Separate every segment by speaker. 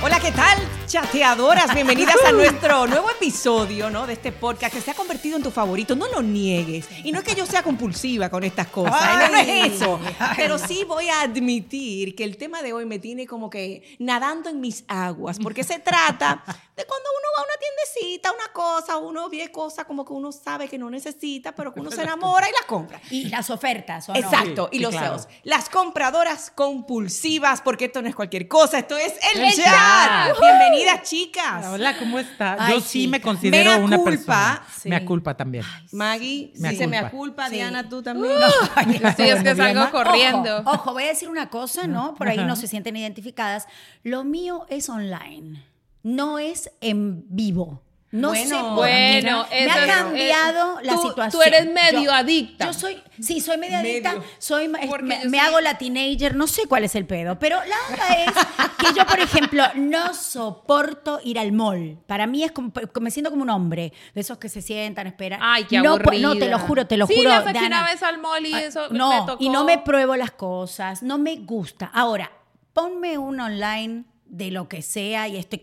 Speaker 1: Hola, ¿qué tal, chateadoras? Bienvenidas a nuestro nuevo episodio, ¿no? De este podcast que se ha convertido en tu favorito. No lo niegues. Y no es que yo sea compulsiva con estas cosas, ¿eh? no, no es eso. Pero sí voy a admitir que el tema de hoy me tiene como que nadando en mis aguas, porque se trata de cuando uno va a una tiendecita, una cosa, uno ve cosas como que uno sabe que no necesita, pero que uno se enamora y las compra.
Speaker 2: Y las ofertas, ¿o no?
Speaker 1: Exacto,
Speaker 3: Sí,
Speaker 1: y
Speaker 3: sí,
Speaker 1: los
Speaker 3: claro.
Speaker 1: CEOs. Las compradoras compulsivas, porque esto no es cualquier cosa, esto es el,
Speaker 3: El
Speaker 1: chat.
Speaker 3: chat.
Speaker 1: Bienvenidas, chicas.
Speaker 3: Hola, ¿cómo estás?
Speaker 2: Ay,
Speaker 3: Yo sí
Speaker 2: chica.
Speaker 3: me considero
Speaker 1: Mea
Speaker 3: una
Speaker 1: culpa.
Speaker 3: persona.
Speaker 2: Sí.
Speaker 3: Mea culpa también.
Speaker 1: Maggie,
Speaker 3: Mea
Speaker 1: si se me
Speaker 3: culpa.
Speaker 1: aculpa,
Speaker 2: Sí.
Speaker 1: Diana, tú también.
Speaker 4: Sí, es que salgo corriendo.
Speaker 2: Ojo, ojo, voy a decir una cosa, ¿no? Por ahí
Speaker 3: Ajá.
Speaker 2: no se sienten identificadas. Lo mío es online, no es en vivo. No sé
Speaker 1: Bueno,
Speaker 2: por qué.
Speaker 4: Bueno,
Speaker 2: me
Speaker 4: eso
Speaker 2: ha
Speaker 4: es-
Speaker 2: cambiado
Speaker 4: es-
Speaker 2: la
Speaker 4: tú-
Speaker 2: situación.
Speaker 4: Tú eres medio
Speaker 2: Yo-
Speaker 4: adicta.
Speaker 2: Yo soy, sí, soy medio adicta,
Speaker 1: Medio.
Speaker 2: soy, ma-
Speaker 4: Porque
Speaker 2: me,
Speaker 4: yo
Speaker 2: me
Speaker 4: soy-
Speaker 2: hago la teenager, no sé cuál es el pedo, pero la onda es que yo, por ejemplo, no soporto ir al mall. Para mí es como, me siento como un hombre, de esos que se sientan, esperan.
Speaker 4: Ay, qué
Speaker 2: no, po-
Speaker 4: aburrida.
Speaker 2: No, te lo juro, te lo
Speaker 4: Sí,
Speaker 2: juro.
Speaker 4: yo me fui
Speaker 2: Dana.
Speaker 4: una vez al mall y
Speaker 2: Ah,
Speaker 4: eso
Speaker 2: no,
Speaker 4: me tocó.
Speaker 2: y no me pruebo las cosas, no me gusta. Ahora, ponme un online de lo que sea y estoy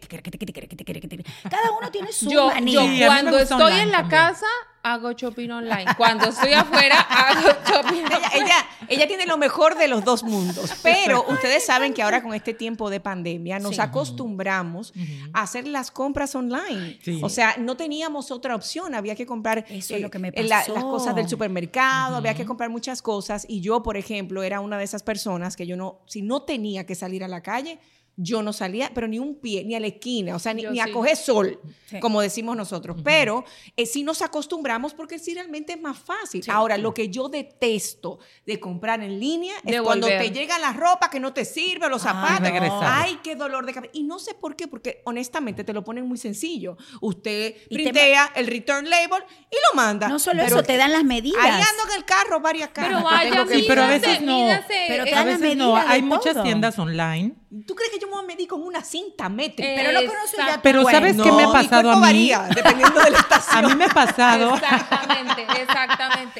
Speaker 2: cada uno tiene su
Speaker 4: Yo, yo
Speaker 2: manía.
Speaker 3: Sí, a mí me
Speaker 4: cuando
Speaker 3: gusta
Speaker 4: estoy
Speaker 3: online
Speaker 4: en la
Speaker 3: también.
Speaker 4: casa, hago shopping online. Cuando estoy afuera, hago shopping
Speaker 1: Ella,
Speaker 4: online.
Speaker 1: ella, ella tiene lo mejor de los dos mundos, pero ustedes saben que ahora con este tiempo de pandemia nos
Speaker 2: Sí.
Speaker 1: acostumbramos a hacer las compras online.
Speaker 3: Sí.
Speaker 1: O sea, no teníamos otra opción, había que comprar eh,
Speaker 2: Eso es lo que me
Speaker 1: la-
Speaker 2: pasó.
Speaker 1: las cosas del supermercado, había que comprar muchas cosas y yo, por ejemplo, era una de esas personas que yo no, si no tenía que salir a la calle. Yo no salía, pero ni un pie, ni a la esquina, o sea, ni,
Speaker 4: Yo
Speaker 1: ni a
Speaker 4: sí.
Speaker 1: coger sol,
Speaker 2: Sí.
Speaker 1: como decimos nosotros. Pero eh, sí nos acostumbramos porque sí realmente es más fácil.
Speaker 2: Sí.
Speaker 1: Ahora, lo que yo detesto de comprar en línea es
Speaker 4: Devolver.
Speaker 1: cuando te llega la ropa que no te sirve, los
Speaker 2: Ay,
Speaker 1: zapatos. Ay,
Speaker 3: regresar.
Speaker 1: qué dolor de cabeza. Y no sé por qué, porque honestamente te lo ponen muy sencillo. Usted
Speaker 2: Y te
Speaker 1: printea el return label y lo manda.
Speaker 2: No solo
Speaker 1: Pero
Speaker 2: eso, te dan las medidas.
Speaker 1: Ahí ando en el carro varias caras.
Speaker 4: Pero
Speaker 1: que
Speaker 4: vaya,
Speaker 1: tengo que-
Speaker 3: Sí, pero a veces
Speaker 4: mídase,
Speaker 3: no.
Speaker 4: mídase.
Speaker 2: Pero
Speaker 4: Eh,
Speaker 2: te
Speaker 3: a
Speaker 2: dan la
Speaker 3: veces no,
Speaker 2: medida de
Speaker 3: hay muchas
Speaker 2: todo.
Speaker 3: tiendas online.
Speaker 1: ¿Tú crees que yo me voy a medir con una cinta métrica?
Speaker 4: Eh,
Speaker 2: Pero no conoces ya tu
Speaker 3: Pero
Speaker 2: cuerpo.
Speaker 3: ¿sabes qué me ha
Speaker 1: mi
Speaker 3: pasado
Speaker 1: cuerpo
Speaker 3: a mí?
Speaker 1: varía, dependiendo de la
Speaker 2: Ah,
Speaker 3: A
Speaker 1: estación.
Speaker 3: mí me ha pasado.
Speaker 4: Exactamente, exactamente.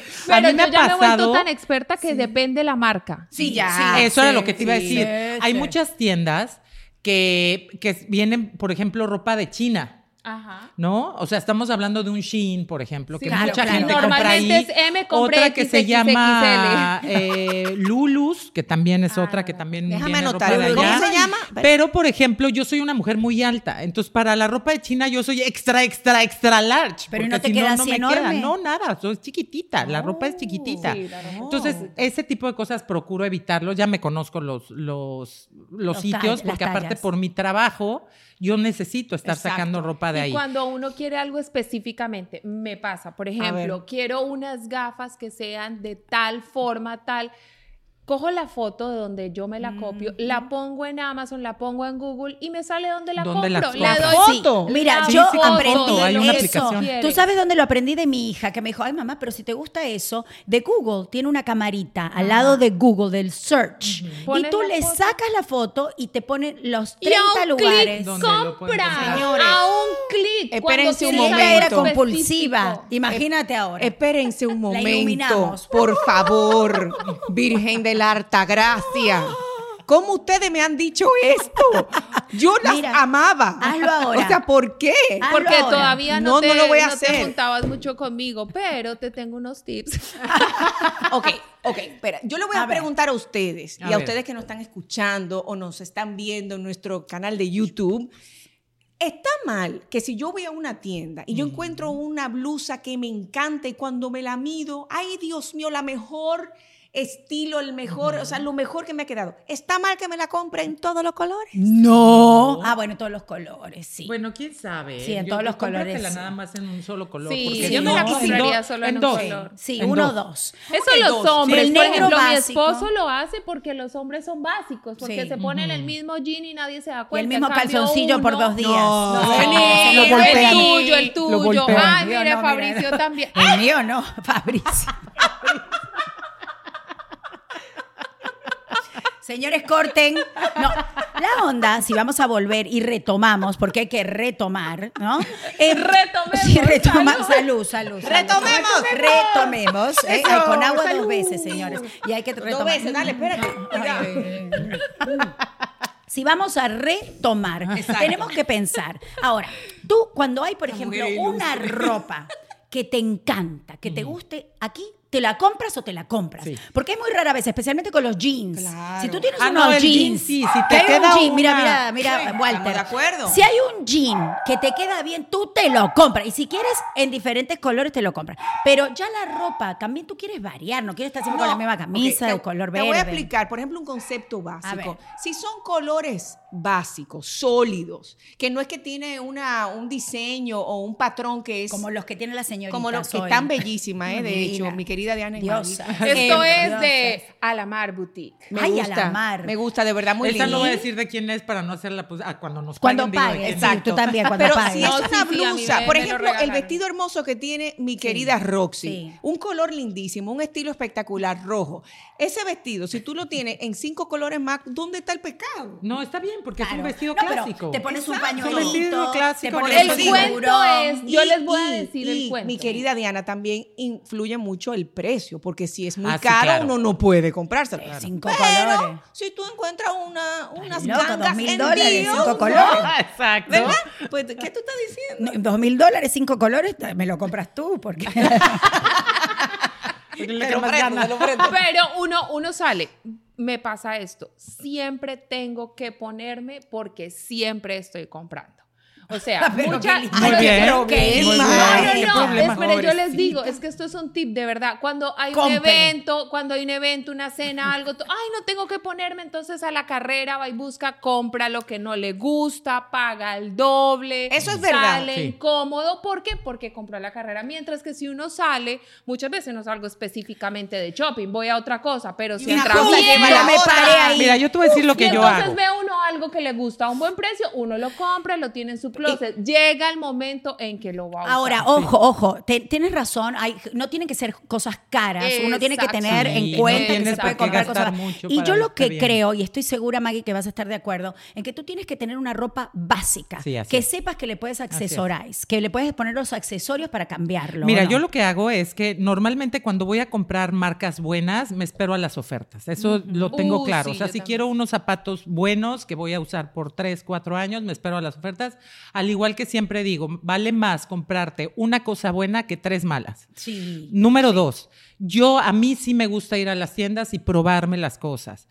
Speaker 3: A
Speaker 4: Pero
Speaker 3: mí me
Speaker 4: yo
Speaker 3: ha
Speaker 4: ya me he vuelto
Speaker 3: pasado-
Speaker 4: tan experta que depende la marca.
Speaker 1: Sí,
Speaker 2: sí.
Speaker 3: Eso era
Speaker 2: sí,
Speaker 3: lo que te iba a
Speaker 2: sí,
Speaker 3: decir.
Speaker 2: sí,
Speaker 3: Hay
Speaker 2: sí.
Speaker 3: muchas tiendas que, que vienen, por ejemplo, ropa de China.
Speaker 4: Ajá.
Speaker 3: ¿No? O sea, estamos hablando de un Shein, por ejemplo, que
Speaker 4: Sí, claro,
Speaker 3: mucha
Speaker 4: claro.
Speaker 3: gente compra ahí.
Speaker 4: Normalmente es M, compré
Speaker 3: otra que se
Speaker 4: XXXL.
Speaker 3: llama eh, Lulus, que también es otra que también
Speaker 1: Déjame
Speaker 3: viene
Speaker 1: anotar.
Speaker 3: ropa de
Speaker 1: ¿Cómo
Speaker 3: allá.
Speaker 1: se llama?
Speaker 3: Pero por ejemplo, yo soy una mujer muy alta, entonces para la ropa de China yo soy extra extra extra large,
Speaker 2: Pero
Speaker 3: porque
Speaker 2: no te
Speaker 3: si
Speaker 2: queda
Speaker 3: no
Speaker 2: así
Speaker 3: me queda.
Speaker 2: enorme.
Speaker 3: no nada, soy chiquitita, la ropa es
Speaker 2: Oh.
Speaker 3: chiquitita.
Speaker 1: Sí, la ropa.
Speaker 3: Entonces, ese tipo de cosas procuro evitarlo, ya me conozco los los los
Speaker 2: Los
Speaker 3: sitios
Speaker 2: tall-
Speaker 3: porque
Speaker 2: las
Speaker 3: aparte
Speaker 2: tallas.
Speaker 3: por mi trabajo yo necesito estar
Speaker 1: Exacto.
Speaker 3: sacando ropa de
Speaker 4: Y
Speaker 3: ahí.
Speaker 4: cuando uno quiere algo específicamente, me pasa, por
Speaker 1: ver.
Speaker 4: ejemplo, quiero unas gafas que sean de tal forma, tal. Cojo la foto de donde yo me la copio, la pongo en Amazon, la pongo en Google y me sale donde la
Speaker 3: ¿Dónde las
Speaker 4: compro. La
Speaker 3: compras?
Speaker 4: doy
Speaker 2: Sí,
Speaker 1: foto.
Speaker 2: Mira,
Speaker 4: La
Speaker 2: yo
Speaker 4: foto,
Speaker 2: aprendí
Speaker 3: hay una
Speaker 2: eso.
Speaker 3: aplicación.
Speaker 2: Tú sabes dónde lo aprendí de mi hija, que me dijo, ay mamá, pero si te gusta eso, de Google tiene una camarita al lado de Google, del search. Y
Speaker 4: Pones
Speaker 2: tú
Speaker 4: la
Speaker 2: le
Speaker 4: foto.
Speaker 2: sacas la foto y te ponen los
Speaker 4: Y
Speaker 2: 30
Speaker 4: a un
Speaker 2: lugares.
Speaker 3: Donde
Speaker 4: clic
Speaker 3: lo pueden
Speaker 4: compra.
Speaker 3: comprar.
Speaker 1: Señores,
Speaker 4: a un clic.
Speaker 1: espérense
Speaker 4: cuando
Speaker 1: un
Speaker 2: Si
Speaker 4: quieres
Speaker 1: momento.
Speaker 2: ella era
Speaker 4: algo
Speaker 2: compulsiva,
Speaker 4: específico.
Speaker 2: imagínate ahora. Ah,
Speaker 1: Espérense un momento,
Speaker 2: iluminamos.
Speaker 1: por favor, Virgen de la Altagracia. ¿Cómo ustedes me han dicho esto? Yo las
Speaker 2: Mira,
Speaker 1: amaba.
Speaker 2: hazlo ahora.
Speaker 1: O sea, ¿por qué?
Speaker 2: Hazlo
Speaker 4: Porque
Speaker 2: ahora.
Speaker 4: todavía no,
Speaker 1: No,
Speaker 4: te,
Speaker 1: no lo voy a
Speaker 4: no te
Speaker 1: hacer.
Speaker 4: juntabas mucho conmigo, pero te tengo unos tips.
Speaker 1: Ok, ok, espera. Yo le voy a,
Speaker 2: A ver.
Speaker 1: preguntar a ustedes y
Speaker 3: A
Speaker 1: a
Speaker 3: ver.
Speaker 1: ustedes que nos están escuchando o nos están viendo en nuestro canal de YouTube. Está mal que si yo voy a una tienda y yo encuentro una blusa que me encanta y cuando me la mido, ay Dios mío, la mejor estilo, el mejor, o sea, lo mejor que me ha quedado. Está mal que me la compre en todos los colores.
Speaker 2: No. Ah, bueno, todos los colores, sí.
Speaker 3: Bueno, quién sabe. ¿eh?
Speaker 2: Sí, en
Speaker 3: Yo-
Speaker 2: todos los
Speaker 3: cómpratela
Speaker 2: colores, sí.
Speaker 3: nada más en un solo color.
Speaker 4: Sí,
Speaker 3: porque
Speaker 2: yo me la
Speaker 3: no,
Speaker 4: compraría
Speaker 3: en
Speaker 4: solo en un
Speaker 3: dos.
Speaker 4: color.
Speaker 2: sí,
Speaker 3: En
Speaker 2: uno o
Speaker 3: dos.
Speaker 2: dos.
Speaker 4: Eso
Speaker 1: que
Speaker 4: los
Speaker 1: dos?
Speaker 4: hombres,
Speaker 2: El
Speaker 4: por
Speaker 2: negro
Speaker 4: ejemplo, mi
Speaker 2: básico.
Speaker 4: esposo lo hace porque los hombres son básicos, porque
Speaker 2: Sí.
Speaker 4: se ponen el mismo jean y nadie se da
Speaker 2: Y
Speaker 4: cuenta.
Speaker 2: el
Speaker 4: En
Speaker 2: mismo
Speaker 4: cambio,
Speaker 2: calzoncillo por
Speaker 4: uno-
Speaker 2: dos días.
Speaker 3: No,
Speaker 2: No,
Speaker 4: Vení,
Speaker 2: se lo
Speaker 4: el
Speaker 2: golpean.
Speaker 4: tuyo, el
Speaker 3: Lo
Speaker 4: tuyo.
Speaker 3: golpean.
Speaker 4: Ay,
Speaker 2: Yo
Speaker 4: mira,
Speaker 2: no,
Speaker 4: Fabricio
Speaker 2: mira, no.
Speaker 4: también.
Speaker 2: El mío no, Fabricio. Señores, corten. No, la onda, si vamos a volver y retomamos, porque hay que retomar, ¿no? Eh,
Speaker 4: Retomemos,
Speaker 2: Sí, retoma- salud, salud, salud.
Speaker 1: Retomemos.
Speaker 2: Retomemos. eh,
Speaker 1: Eso,
Speaker 2: con agua
Speaker 1: salud.
Speaker 2: dos veces, señores. Y hay que retomar.
Speaker 1: Dos veces, dale, espérate.
Speaker 2: Ay, ay, ay, ay. si vamos a retomar,
Speaker 1: Exacto.
Speaker 2: tenemos que pensar. Ahora, tú cuando hay, por ejemplo,
Speaker 1: mujer
Speaker 2: una ropa que te encanta, que te
Speaker 1: Mm.
Speaker 2: guste, aquí te la compras o te la compras.
Speaker 3: Sí.
Speaker 2: Porque es muy rara vez, especialmente con los jeans.
Speaker 1: Claro.
Speaker 2: Si tú tienes
Speaker 3: Ah,
Speaker 2: unos
Speaker 3: no, el
Speaker 2: jeans,
Speaker 3: jean sí, si te
Speaker 2: que hay un
Speaker 3: queda
Speaker 2: jean, mira,
Speaker 3: una-
Speaker 2: mira, mira,
Speaker 1: Sí, estamos
Speaker 2: Walter.
Speaker 1: de acuerdo.
Speaker 2: Si hay un jean que te queda bien, tú te lo compras. Y si quieres en diferentes colores te lo compras. Pero ya la ropa también tú quieres variar, no quieres estar siempre con la
Speaker 1: No,
Speaker 2: misma camisa
Speaker 1: ok, te-
Speaker 2: de color
Speaker 1: te
Speaker 2: verde.
Speaker 1: voy a explicar, por ejemplo, un concepto básico.
Speaker 2: ver.
Speaker 1: Si son colores básicos, sólidos, que no es que tiene una, un diseño o un patrón que es
Speaker 2: Como los que tiene la señorita.
Speaker 1: como los que
Speaker 2: Zoe.
Speaker 1: están bellísimas, eh, de
Speaker 2: Divina.
Speaker 1: hecho, mi querida Diana y
Speaker 2: Diosa.
Speaker 1: Mari.
Speaker 4: Esto
Speaker 1: Eh,
Speaker 4: es de Alamar Boutique.
Speaker 1: me
Speaker 2: Ay,
Speaker 1: gusta,
Speaker 2: Alamar.
Speaker 1: Me gusta, de verdad, muy
Speaker 3: Esta
Speaker 1: lindo.
Speaker 3: no voy a decir de quién es para no hacerla pues, ah, cuando nos
Speaker 2: Cuando
Speaker 3: paguen, digo, de
Speaker 2: paguen,
Speaker 3: quién es.
Speaker 2: sí, tú también, cuando
Speaker 1: Pero
Speaker 2: pagues.
Speaker 1: si es
Speaker 4: No, sí,
Speaker 1: una
Speaker 4: sí, a mí
Speaker 1: blusa,
Speaker 4: me-
Speaker 1: por
Speaker 4: me lo
Speaker 1: ejemplo, el
Speaker 4: regalaron.
Speaker 1: vestido hermoso que tiene mi querida Roxy,
Speaker 2: sí.
Speaker 1: un color lindísimo, un estilo espectacular, rojo. Ese vestido, si tú lo tienes en cinco colores más, ¿dónde está el pecado?
Speaker 3: No, está bien, porque es
Speaker 2: Claro.
Speaker 3: un vestido
Speaker 2: No, pero
Speaker 3: clásico.
Speaker 2: Te pones un
Speaker 3: Exacto,
Speaker 2: pañuelito.
Speaker 3: un vestido clásico,
Speaker 2: te pones
Speaker 1: por
Speaker 4: El
Speaker 1: eso digo.
Speaker 4: cuento es, yo
Speaker 1: Y-
Speaker 4: les voy a
Speaker 1: y-
Speaker 4: decir
Speaker 1: y,
Speaker 4: el cuento.
Speaker 1: Mi querida Diana, también influye mucho el precio, porque si es muy
Speaker 3: Ah, sí,
Speaker 1: caro,
Speaker 3: claro.
Speaker 1: uno no puede comprárselo.
Speaker 2: Eh, cinco
Speaker 1: Pero
Speaker 2: colores.
Speaker 1: si tú encuentras una, unas
Speaker 2: loco, dos
Speaker 1: gangas
Speaker 2: mil
Speaker 1: en
Speaker 2: dólares,
Speaker 1: Dior,
Speaker 2: cinco colores.
Speaker 3: Ah, Exacto.
Speaker 1: ¿Verdad? Pues, ¿qué tú estás diciendo?
Speaker 2: No, Dos mil dólares, cinco colores, eh, me lo compras tú, porque
Speaker 3: Porque es lo
Speaker 1: Te
Speaker 3: que
Speaker 1: lo
Speaker 3: más
Speaker 1: prendo,
Speaker 3: gana.
Speaker 1: te lo prendo.
Speaker 4: Pero uno, uno sale. Me pasa esto. Siempre tengo que ponerme porque siempre estoy comprando. O sea,
Speaker 2: Pero
Speaker 4: mucha-
Speaker 2: qué lindo.
Speaker 4: pero-
Speaker 3: Muy bien.
Speaker 1: pero qué
Speaker 3: Muy
Speaker 1: mal.
Speaker 3: bien.
Speaker 1: Qué
Speaker 4: No, no, no,
Speaker 3: problema.
Speaker 4: es- pero yo les digo, es que esto es un tip de verdad. Cuando hay
Speaker 2: Compren.
Speaker 4: un evento, cuando hay un evento, una cena, algo, to- ay, no tengo que ponerme, entonces a la carrera va y busca, compra lo que no le gusta, paga el doble.
Speaker 1: Eso es verdad,
Speaker 4: Sale
Speaker 3: sí.
Speaker 4: incómodo, ¿por qué? Porque compró la carrera. Mientras que si uno sale, muchas veces no salgo específicamente de shopping, voy a otra cosa, pero si
Speaker 1: una
Speaker 4: entra
Speaker 1: cosa
Speaker 4: bien,
Speaker 1: lleva la
Speaker 4: me
Speaker 1: otra.
Speaker 4: paré ahí.
Speaker 3: Mira, yo te voy a decir lo
Speaker 4: Y
Speaker 3: que yo
Speaker 4: entonces
Speaker 3: hago.
Speaker 4: ve uno algo que le gusta a un buen precio, uno lo compra, lo tiene en su closet. Llega el momento en que lo va a usar.
Speaker 2: Ahora, ojo, ojo, te- tienes razón, hay, no tienen que ser cosas caras, uno tiene que
Speaker 4: Exacto.
Speaker 2: tener
Speaker 3: Sí,
Speaker 2: en
Speaker 3: no
Speaker 2: cuenta que
Speaker 3: tienes
Speaker 2: se puede
Speaker 4: por qué
Speaker 2: comprar
Speaker 3: gastar
Speaker 2: cosas.
Speaker 3: mucho
Speaker 2: Y
Speaker 3: para
Speaker 2: yo lo
Speaker 3: vestir
Speaker 2: que
Speaker 3: bien.
Speaker 2: creo, y estoy segura, Maggie, que vas a estar de acuerdo, en que tú tienes que tener una ropa básica,
Speaker 3: Sí, así
Speaker 2: que
Speaker 3: es.
Speaker 2: sepas que le puedes
Speaker 3: es.
Speaker 2: accesorar, que le puedes poner los accesorios para cambiarlo.
Speaker 3: Mira,
Speaker 2: ¿o no?
Speaker 3: yo lo que hago es que normalmente cuando voy a comprar marcas buenas, me espero a las ofertas. Eso lo tengo
Speaker 4: Uh,
Speaker 3: claro.
Speaker 4: sí,
Speaker 3: o sea,
Speaker 4: yo
Speaker 3: si
Speaker 4: también.
Speaker 3: quiero unos zapatos buenos que voy a usar por 3, 4 años, me espero a las ofertas. Al igual que siempre digo, vale más comprarte una cosa buena que tres malas.
Speaker 2: Sí.
Speaker 3: Número dos, yo a mí sí me gusta ir a las tiendas y probarme las cosas.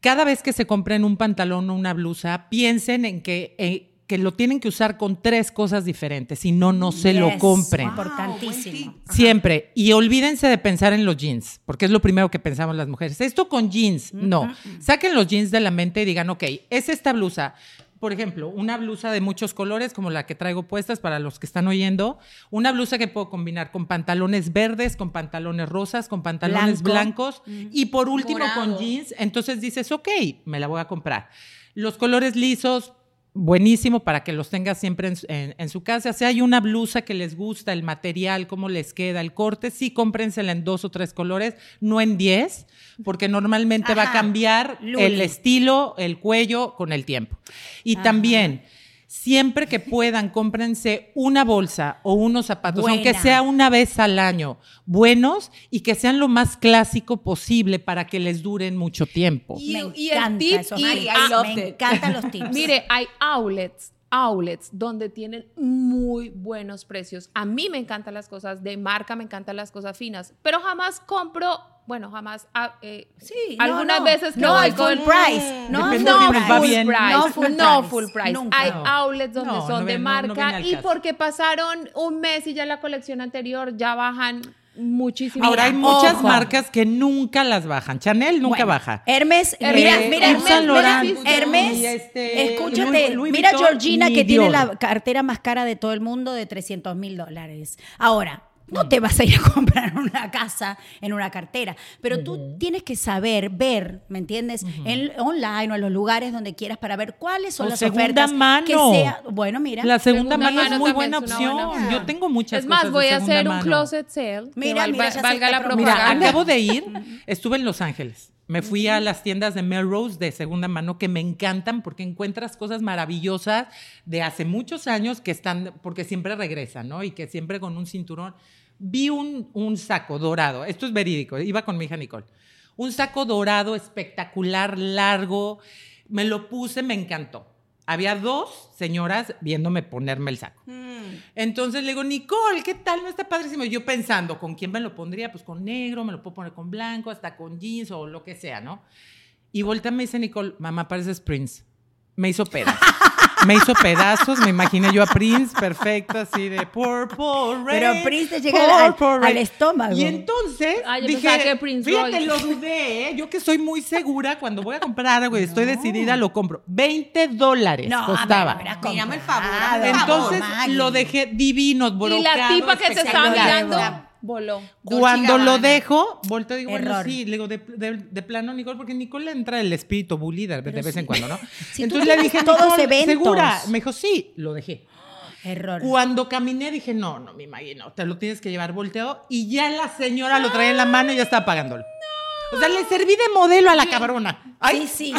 Speaker 3: Cada vez que se compren un pantalón o una blusa, piensen en que, eh, que lo tienen que usar con tres cosas diferentes, si no, no se lo
Speaker 2: Yes.
Speaker 3: compren.
Speaker 2: Wow. Importantísimo.
Speaker 1: buen tip.
Speaker 3: Siempre. Y olvídense de pensar en los jeans, porque es lo primero que pensamos las mujeres. Esto con jeans, no. Saquen los jeans de la mente y digan, ok, es esta blusa. Por ejemplo, una blusa de muchos colores, como la que traigo puestas para los que están oyendo. Una blusa que puedo combinar con pantalones verdes, con pantalones rosas, con pantalones
Speaker 2: Blanco.
Speaker 3: blancos. Y por último,
Speaker 4: Morado.
Speaker 3: con jeans. Entonces dices, ok, me la voy a comprar. Los colores lisos, buenísimo para que los tengas siempre en, su- en- en su casa. Si hay una blusa que les gusta, el material, cómo les queda, el corte, sí cómprensela en dos o tres colores, no en diez, porque normalmente va
Speaker 2: Ajá.
Speaker 3: a cambiar
Speaker 2: Luli.
Speaker 3: el estilo, el cuello con el tiempo. Y también... Siempre que puedan, cómprense una bolsa o unos zapatos,
Speaker 2: Buena.
Speaker 3: aunque sea una vez al año, buenos y que sean lo más clásico posible para que les duren mucho tiempo.
Speaker 4: Y-
Speaker 2: Me
Speaker 4: y el
Speaker 2: encanta
Speaker 4: tip,
Speaker 2: eso,
Speaker 4: y-
Speaker 2: Maggie.
Speaker 4: I
Speaker 1: loved
Speaker 2: me
Speaker 1: it.
Speaker 2: encantan los tips.
Speaker 4: Mire, hay outlets, outlets donde tienen muy buenos precios. A mí me encantan las cosas de marca, me encantan las cosas finas, pero jamás compro, bueno, jamás ah, eh,
Speaker 2: Sí, no,
Speaker 4: algunas
Speaker 2: no.
Speaker 4: veces que
Speaker 2: no,
Speaker 4: voy
Speaker 2: al full
Speaker 4: con-
Speaker 2: price, no, al
Speaker 3: Depende
Speaker 4: no,
Speaker 3: si
Speaker 2: full
Speaker 3: nos va
Speaker 4: full
Speaker 3: bien.
Speaker 4: price,
Speaker 2: no full
Speaker 4: no
Speaker 2: price,
Speaker 4: full price.
Speaker 2: nunca.
Speaker 4: Hay
Speaker 3: No.
Speaker 4: outlets donde
Speaker 3: No, no
Speaker 4: son de
Speaker 3: viene- no- no
Speaker 4: marca
Speaker 3: viene al
Speaker 4: y
Speaker 3: caso.
Speaker 4: porque pasaron un mes y ya la colección anterior ya bajan muchísimo.
Speaker 3: Ahora hay
Speaker 2: Mira,
Speaker 3: muchas
Speaker 2: ojo.
Speaker 3: marcas que nunca las bajan. Chanel nunca
Speaker 2: Bueno,
Speaker 3: baja.
Speaker 2: Hermes, mira,
Speaker 4: Eh, Yves
Speaker 2: mira, Hermes,
Speaker 4: Saint Laurent,
Speaker 2: mira,
Speaker 3: y
Speaker 2: Hermes,
Speaker 3: este,
Speaker 2: escúchate,
Speaker 3: Louis- Louis
Speaker 2: mira
Speaker 3: Vuitton,
Speaker 2: Georgina
Speaker 3: ni
Speaker 2: que tiene
Speaker 3: Dior.
Speaker 2: la cartera más cara de todo el mundo de 300 mil dólares. Ahora, no te vas a ir a comprar una casa en una cartera, pero tú tienes que saber, ver, ¿me entiendes? En, online o en los lugares donde quieras para ver cuáles son
Speaker 3: O
Speaker 2: las
Speaker 3: segunda
Speaker 2: ofertas
Speaker 3: mano.
Speaker 2: que sea, bueno, mira,
Speaker 3: La segunda,
Speaker 4: Segunda
Speaker 3: mano,
Speaker 4: mano
Speaker 3: es muy
Speaker 4: también
Speaker 3: buena
Speaker 4: es una
Speaker 3: opción.
Speaker 4: buena opción.
Speaker 3: Yo tengo muchas
Speaker 4: es más,
Speaker 3: cosas de
Speaker 4: voy a
Speaker 3: segunda
Speaker 4: hacer un
Speaker 3: mano.
Speaker 4: closet sale. que
Speaker 2: Mira,
Speaker 4: val-
Speaker 2: mira, ya se
Speaker 4: valga
Speaker 2: está
Speaker 4: la
Speaker 2: promoviendo.
Speaker 4: propaganda.
Speaker 3: Mira, acabo de ir, estuve en Los Ángeles. Me fui a las tiendas de Melrose de segunda mano que me encantan porque encuentras cosas maravillosas de hace muchos años que están, porque siempre regresan, ¿no? Y que siempre con un cinturón. Vi un, un saco dorado, esto es verídico, iba con mi hija Nicole. Un saco dorado espectacular, largo, Me lo puse, me encantó. Había dos señoras viéndome ponerme el saco. Entonces le digo, Nicole, ¿qué tal? No está padrísimo. Y Yo pensando, ¿con quién me lo pondría? Pues con negro, me lo puedo poner con blanco, hasta con jeans o lo que sea, ¿no? Y vuelta me dice Nicole, mamá, pareces Prince. Me hizo pedazos. Me hizo pedazos, me imaginé yo a Prince, perfecto, así de purple rain.
Speaker 2: Pero Prince te llega al-
Speaker 3: purple rain.
Speaker 2: al estómago.
Speaker 3: Y entonces,
Speaker 4: Ah, yo
Speaker 3: dije,
Speaker 4: pensaba que Prince
Speaker 3: fíjate,
Speaker 4: Royce.
Speaker 3: lo dudé, ¿eh? yo que soy muy segura, cuando voy a comprar algo y estoy decidida, lo compro. 20 dólares
Speaker 2: No, a ver,
Speaker 3: costaba.
Speaker 2: habrá
Speaker 1: Mírame el favor,
Speaker 2: comprado.
Speaker 1: hazme el favor,
Speaker 3: Entonces
Speaker 2: Maggie.
Speaker 3: lo dejé divino,
Speaker 4: Y la
Speaker 3: brocado,
Speaker 4: tipa que te estaba
Speaker 2: espectacular.
Speaker 4: mirando
Speaker 2: Claro.
Speaker 4: voló.
Speaker 1: Dolce
Speaker 3: Cuando lo
Speaker 1: Gabbana.
Speaker 3: dejo, volteo y digo, bueno,
Speaker 2: Error.
Speaker 3: sí, le digo, de, de- de plano, Nicole, porque Nicole le entra el espíritu bully de, de vez en cuando, ¿no?
Speaker 2: Si tú
Speaker 3: Entonces le
Speaker 2: tienes
Speaker 3: dije,
Speaker 2: todos
Speaker 3: Nicole,
Speaker 2: eventos".
Speaker 3: ¿segura? Me dijo, sí, lo dejé.
Speaker 2: Error.
Speaker 3: Cuando caminé dije, no, no me imagino, te lo tienes que llevar volteo y ya la señora lo traía en la mano y ya estaba pagándolo. O sea, le serví de modelo a la cabrona. Ay,
Speaker 2: Sí, sí.